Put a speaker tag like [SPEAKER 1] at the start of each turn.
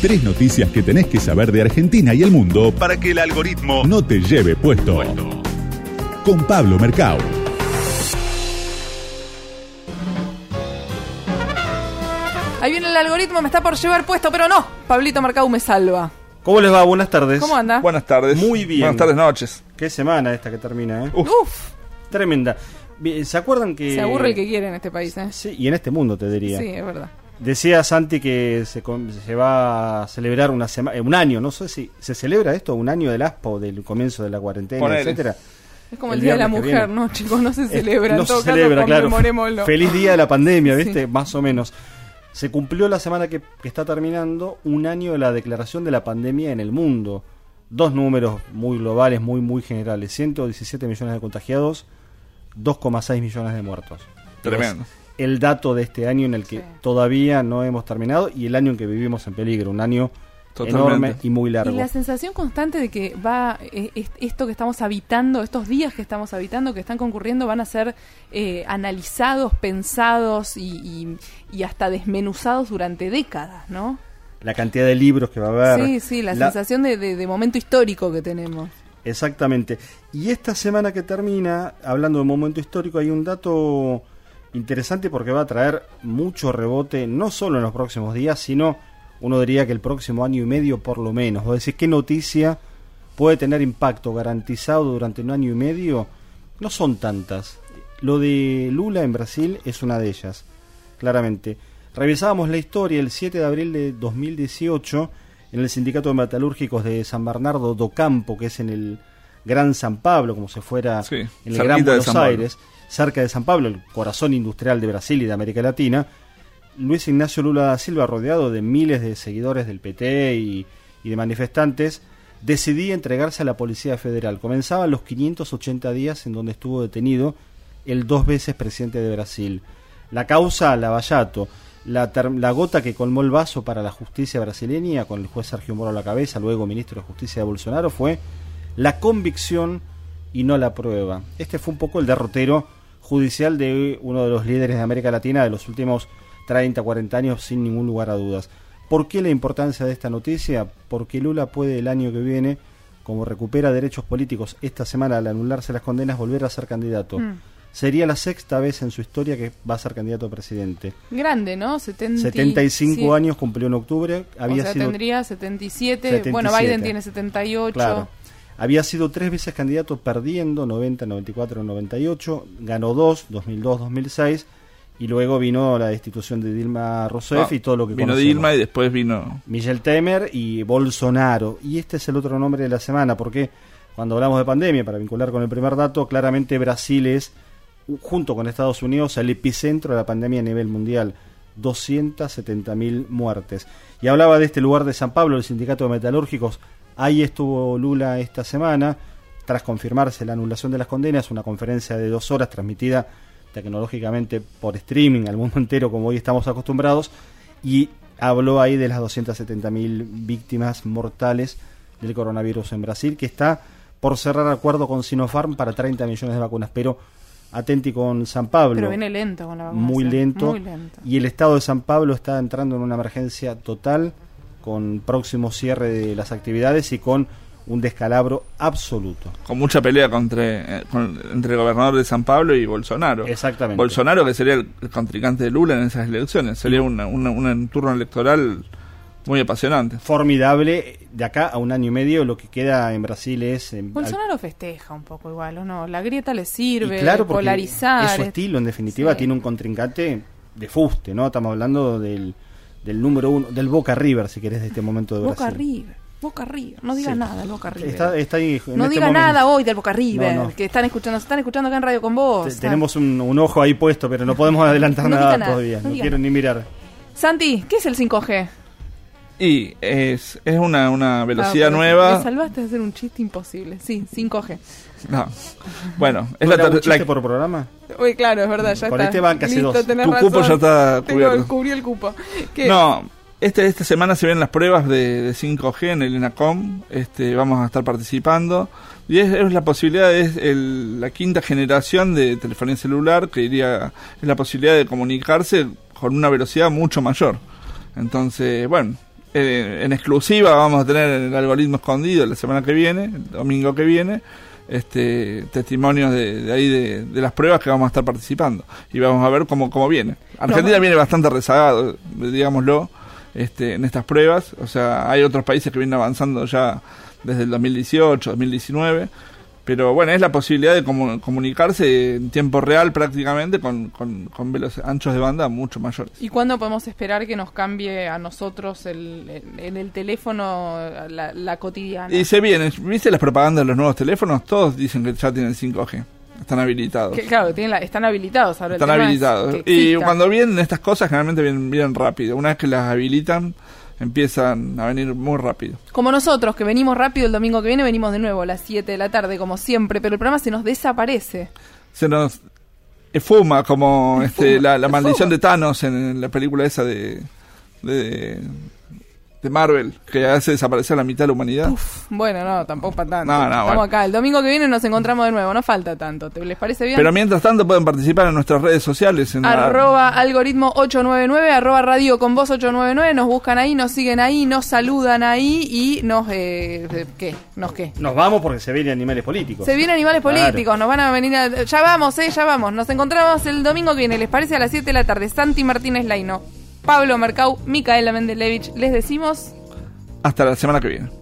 [SPEAKER 1] Tres noticias que tenés que saber de Argentina y el mundo para que el algoritmo no te lleve puesto. Con Pablo Mercado.
[SPEAKER 2] Ahí viene el algoritmo, me está por llevar puesto, pero no. Pablito Mercado me salva.
[SPEAKER 3] ¿Cómo les va? Buenas tardes.
[SPEAKER 2] ¿Cómo anda?
[SPEAKER 4] Buenas tardes.
[SPEAKER 3] Ah. Muy bien.
[SPEAKER 4] Buenas tardes, noches.
[SPEAKER 3] Qué semana esta que termina, ¿eh?
[SPEAKER 4] Uf.
[SPEAKER 2] Uf,
[SPEAKER 3] Tremenda. Bien, ¿Se acuerdan que...?
[SPEAKER 2] se aburre el que quiere en este país, ¿eh?
[SPEAKER 3] Sí, y en este mundo te diría.
[SPEAKER 2] Sí, es verdad.
[SPEAKER 3] Decía Santi que se, com- se va a celebrar una semana, un año, no sé si se celebra esto, un año del ASPO, del comienzo de la cuarentena,
[SPEAKER 4] Ponele.
[SPEAKER 3] etcétera.
[SPEAKER 2] Es como el,
[SPEAKER 3] El
[SPEAKER 2] Día de la
[SPEAKER 3] viernes que
[SPEAKER 2] Mujer,
[SPEAKER 3] viene.
[SPEAKER 2] ¿no, chicos? No se
[SPEAKER 3] Eh,
[SPEAKER 2] celebra.
[SPEAKER 3] no
[SPEAKER 2] en todo
[SPEAKER 3] se celebra,
[SPEAKER 2] caso,
[SPEAKER 3] claro.
[SPEAKER 2] conmemorémoslo.
[SPEAKER 3] Feliz día de la pandemia,
[SPEAKER 2] Sí.
[SPEAKER 3] ¿viste? Más o menos. Se cumplió la semana que, que está terminando un año de la declaración de la pandemia en el mundo. Dos números muy globales, muy, muy generales. 117 millones de contagiados, 2,6 millones de muertos.
[SPEAKER 4] Tremendo.
[SPEAKER 3] Es El dato de este año en el que
[SPEAKER 2] Sí.
[SPEAKER 3] todavía no hemos terminado y el año en que vivimos en peligro. Un año
[SPEAKER 4] Totalmente.
[SPEAKER 3] enorme y muy
[SPEAKER 2] Y
[SPEAKER 3] largo.
[SPEAKER 2] la sensación constante de que va eh, es- esto que estamos habitando, estos días que estamos habitando, que están concurriendo, van a ser eh, analizados, pensados y, y- y hasta desmenuzados durante décadas, ¿no?
[SPEAKER 3] La cantidad de libros que va a haber.
[SPEAKER 2] Sí, sí, la,
[SPEAKER 3] la-
[SPEAKER 2] sensación de, de- de momento histórico que tenemos.
[SPEAKER 3] Exactamente. Y esta semana que termina, hablando de momento histórico, hay un dato interesante porque va a traer mucho rebote, no solo en los próximos días, sino uno diría que el próximo año y medio por lo menos. Vos decís, ¿qué noticia puede tener impacto garantizado durante un año y medio? No son tantas. Lo de Lula en Brasil es una de ellas, claramente. Revisábamos la historia el 7 de abril de 2018 en el Sindicato de Metalúrgicos de San Bernardo do Campo, que es en el Gran San Pablo, como si fuera
[SPEAKER 4] Sí,
[SPEAKER 3] en el
[SPEAKER 4] cerquita
[SPEAKER 3] Gran
[SPEAKER 4] de
[SPEAKER 3] Buenos
[SPEAKER 4] San Pablo.
[SPEAKER 3] Aires, cerca de San Pablo, el corazón industrial de Brasil y de América Latina. Luis Ignacio Lula da Silva, rodeado de miles de seguidores del PT y, y de manifestantes, decidía entregarse a la Policía Federal. Comenzaban los 580 días en donde estuvo detenido el dos veces presidente de Brasil. La causa, Lavallato. La, ter- la gota que colmó el vaso para la justicia brasileña, con el juez Sergio Moro a la cabeza, luego ministro de Justicia de Bolsonaro, fue la convicción y no la prueba. Este fue un poco el derrotero judicial de uno de los líderes de América Latina de los últimos 30, 40 años, sin ningún lugar a dudas. ¿Por qué la importancia de esta noticia? Porque Lula puede el año que viene, como recupera derechos políticos esta semana al anularse las condenas, volver a ser candidato.
[SPEAKER 2] Mm.
[SPEAKER 3] Sería la sexta vez en su historia que va a ser candidato a presidente.
[SPEAKER 2] Grande, ¿no? 70
[SPEAKER 3] 75
[SPEAKER 2] Mm, sí.
[SPEAKER 3] años cumplió en octubre, había
[SPEAKER 2] o sea,
[SPEAKER 3] sido
[SPEAKER 2] tendría 77,
[SPEAKER 3] 77.
[SPEAKER 2] Bueno, Biden tiene 78.
[SPEAKER 3] Claro. Había sido tres veces candidato perdiendo, 90, 94, 98. Ganó dos, 2002, 2006. Y luego vino la destitución de Dilma Rousseff
[SPEAKER 4] Ah,
[SPEAKER 3] y todo lo que
[SPEAKER 4] Vino
[SPEAKER 3] conocemos.
[SPEAKER 4] Dilma y después vino.
[SPEAKER 3] Michel Temer y Bolsonaro. Y este es el otro nombre de la semana, porque cuando hablamos de pandemia, para vincular con el primer dato, claramente Brasil es, junto con Estados Unidos, el epicentro de la pandemia a nivel mundial. 270.000 muertes. Y hablaba de este lugar de San Pablo, el sindicato de metalúrgicos. Ahí estuvo Lula esta semana, tras confirmarse la anulación de las condenas, una conferencia de dos horas transmitida tecnológicamente por streaming al mundo entero, como hoy estamos acostumbrados y habló ahí de las 270.000 víctimas mortales del coronavirus en Brasil, que está por cerrar acuerdo con Sinopharm para 30 millones de vacunas, pero atenti con San Pablo.
[SPEAKER 2] Pero viene lento con la vacunación.
[SPEAKER 3] muy lento,
[SPEAKER 2] Muy lento.
[SPEAKER 3] y el estado de San Pablo está entrando en una emergencia total con próximo cierre de las actividades y con un descalabro absoluto.
[SPEAKER 4] Con mucha pelea contra, eh, con- entre el gobernador de San Pablo y Bolsonaro.
[SPEAKER 3] Exactamente.
[SPEAKER 4] Bolsonaro, que sería el contrincante de Lula en esas elecciones. Sería una- una- un turno electoral muy apasionante.
[SPEAKER 3] Formidable, de acá a un año y medio lo que queda en Brasil es... eh, al-
[SPEAKER 2] Bolsonaro festeja un poco igual, ¿o no? La grieta le
[SPEAKER 3] Y
[SPEAKER 2] sirve,
[SPEAKER 3] claro, porque
[SPEAKER 2] polarizar.
[SPEAKER 3] Es su estilo, en definitiva,
[SPEAKER 2] Sí.
[SPEAKER 3] tiene un contrincante de fuste, ¿no? Estamos hablando del, del número uno, del Boca River, si querés, de este momento de
[SPEAKER 2] Boca
[SPEAKER 3] Brasil.
[SPEAKER 2] River, Boca River. No diga
[SPEAKER 3] Sí.
[SPEAKER 2] nada el Boca River.
[SPEAKER 3] Está, está ahí en
[SPEAKER 2] no
[SPEAKER 3] este
[SPEAKER 2] diga
[SPEAKER 3] momento.
[SPEAKER 2] nada hoy del Boca River,
[SPEAKER 3] No, no.
[SPEAKER 2] que están escuchando, se están escuchando acá en radio con
[SPEAKER 3] Te-
[SPEAKER 2] vos.
[SPEAKER 3] Tenemos un, un ojo ahí puesto, pero no podemos adelantar
[SPEAKER 2] No diga
[SPEAKER 3] nada,
[SPEAKER 2] nada,
[SPEAKER 3] todavía.
[SPEAKER 2] no
[SPEAKER 3] No,
[SPEAKER 2] diga
[SPEAKER 3] quiero
[SPEAKER 2] nada.
[SPEAKER 3] ni mirar.
[SPEAKER 2] Ah, Santi, ¿qué es el 5G?
[SPEAKER 4] Y es, es una, una velocidad
[SPEAKER 2] Ah, pero Me
[SPEAKER 4] nueva.
[SPEAKER 2] salvaste de hacer un chiste imposible. Sí, 5G.
[SPEAKER 4] No. Bueno, es
[SPEAKER 3] ¿No
[SPEAKER 4] la,
[SPEAKER 3] era un
[SPEAKER 4] ter- la-
[SPEAKER 3] chiste por programa?
[SPEAKER 2] Uy, claro, es verdad, ya
[SPEAKER 3] Con
[SPEAKER 2] está.
[SPEAKER 3] este van casi
[SPEAKER 2] Listo,
[SPEAKER 3] dos.
[SPEAKER 2] tenés
[SPEAKER 4] Tu
[SPEAKER 2] razón.
[SPEAKER 4] cupo ya está
[SPEAKER 2] Tengo-
[SPEAKER 4] cubierto.
[SPEAKER 2] cubrí el cupo. ¿Qué?
[SPEAKER 4] No, este, esta semana se vienen las pruebas de, de 5G en el ENACOM. Este, vamos a estar participando. Y es, es la posibilidad, es el- la quinta generación de telefonía celular que iría, es la posibilidad de comunicarse con una velocidad mucho mayor. Entonces, bueno, eh, en exclusiva vamos a tener el algoritmo escondido la semana que viene, el domingo que viene, este, testimonios de, de ahí de, de las pruebas que vamos a estar participando y vamos a ver cómo, cómo viene. Argentina
[SPEAKER 2] bueno.
[SPEAKER 4] viene bastante rezagado, digámoslo, este, en estas pruebas, o sea, hay otros países que vienen avanzando ya desde el 2018, 2019. Pero bueno, es la posibilidad de comu- comunicarse en tiempo real prácticamente con, con, con velos- anchos de banda mucho mayores.
[SPEAKER 2] ¿Y cuándo podemos esperar que nos cambie a nosotros el, el- en el teléfono la, la cotidiana?
[SPEAKER 4] Y se vienen, ¿viste las propagandas de los nuevos teléfonos? Todos dicen que ya tienen 5G, están habilitados.
[SPEAKER 2] Que, claro, tienen la- están habilitados ahora. el
[SPEAKER 4] Están
[SPEAKER 2] tema es
[SPEAKER 4] habilitados.
[SPEAKER 2] que
[SPEAKER 4] Y
[SPEAKER 2] exista.
[SPEAKER 4] cuando vienen estas cosas, generalmente vienen, vienen rápido. Una vez que las habilitan, empiezan a venir muy rápido.
[SPEAKER 2] Como nosotros, que venimos rápido el domingo que viene, venimos de nuevo a las 7 de la tarde, como siempre, pero el programa se nos desaparece.
[SPEAKER 4] Se nos efuma como este, la, la
[SPEAKER 2] efuma.
[SPEAKER 4] maldición de Thanos en la película esa de, de, de Marvel, que hace desaparecer la mitad de la humanidad.
[SPEAKER 2] Uf, bueno, no, tampoco para tanto.
[SPEAKER 4] No, no,
[SPEAKER 2] Estamos
[SPEAKER 4] bueno.
[SPEAKER 2] acá. El domingo que viene nos encontramos de nuevo, no falta tanto. ¿Te- ¿Les parece bien?
[SPEAKER 4] Pero mientras tanto pueden participar en nuestras redes sociales. En la-
[SPEAKER 2] Arroba algoritmo 899, arroba radio con voz 899, nos buscan ahí, nos siguen ahí, nos saludan ahí y nos... eh, eh, ¿Qué? ¿Nos qué?
[SPEAKER 3] Nos vamos porque se vienen animales políticos.
[SPEAKER 2] Se vienen animales
[SPEAKER 3] Claro.
[SPEAKER 2] políticos, nos van a venir a... Ya vamos, eh, ya vamos. Nos encontramos el domingo que viene, ¿les parece? A las 7 de la tarde. Santi Martínez Laino, Pablo Mercau, Micaela Mendelevich. Les decimos...
[SPEAKER 4] Hasta la semana que viene.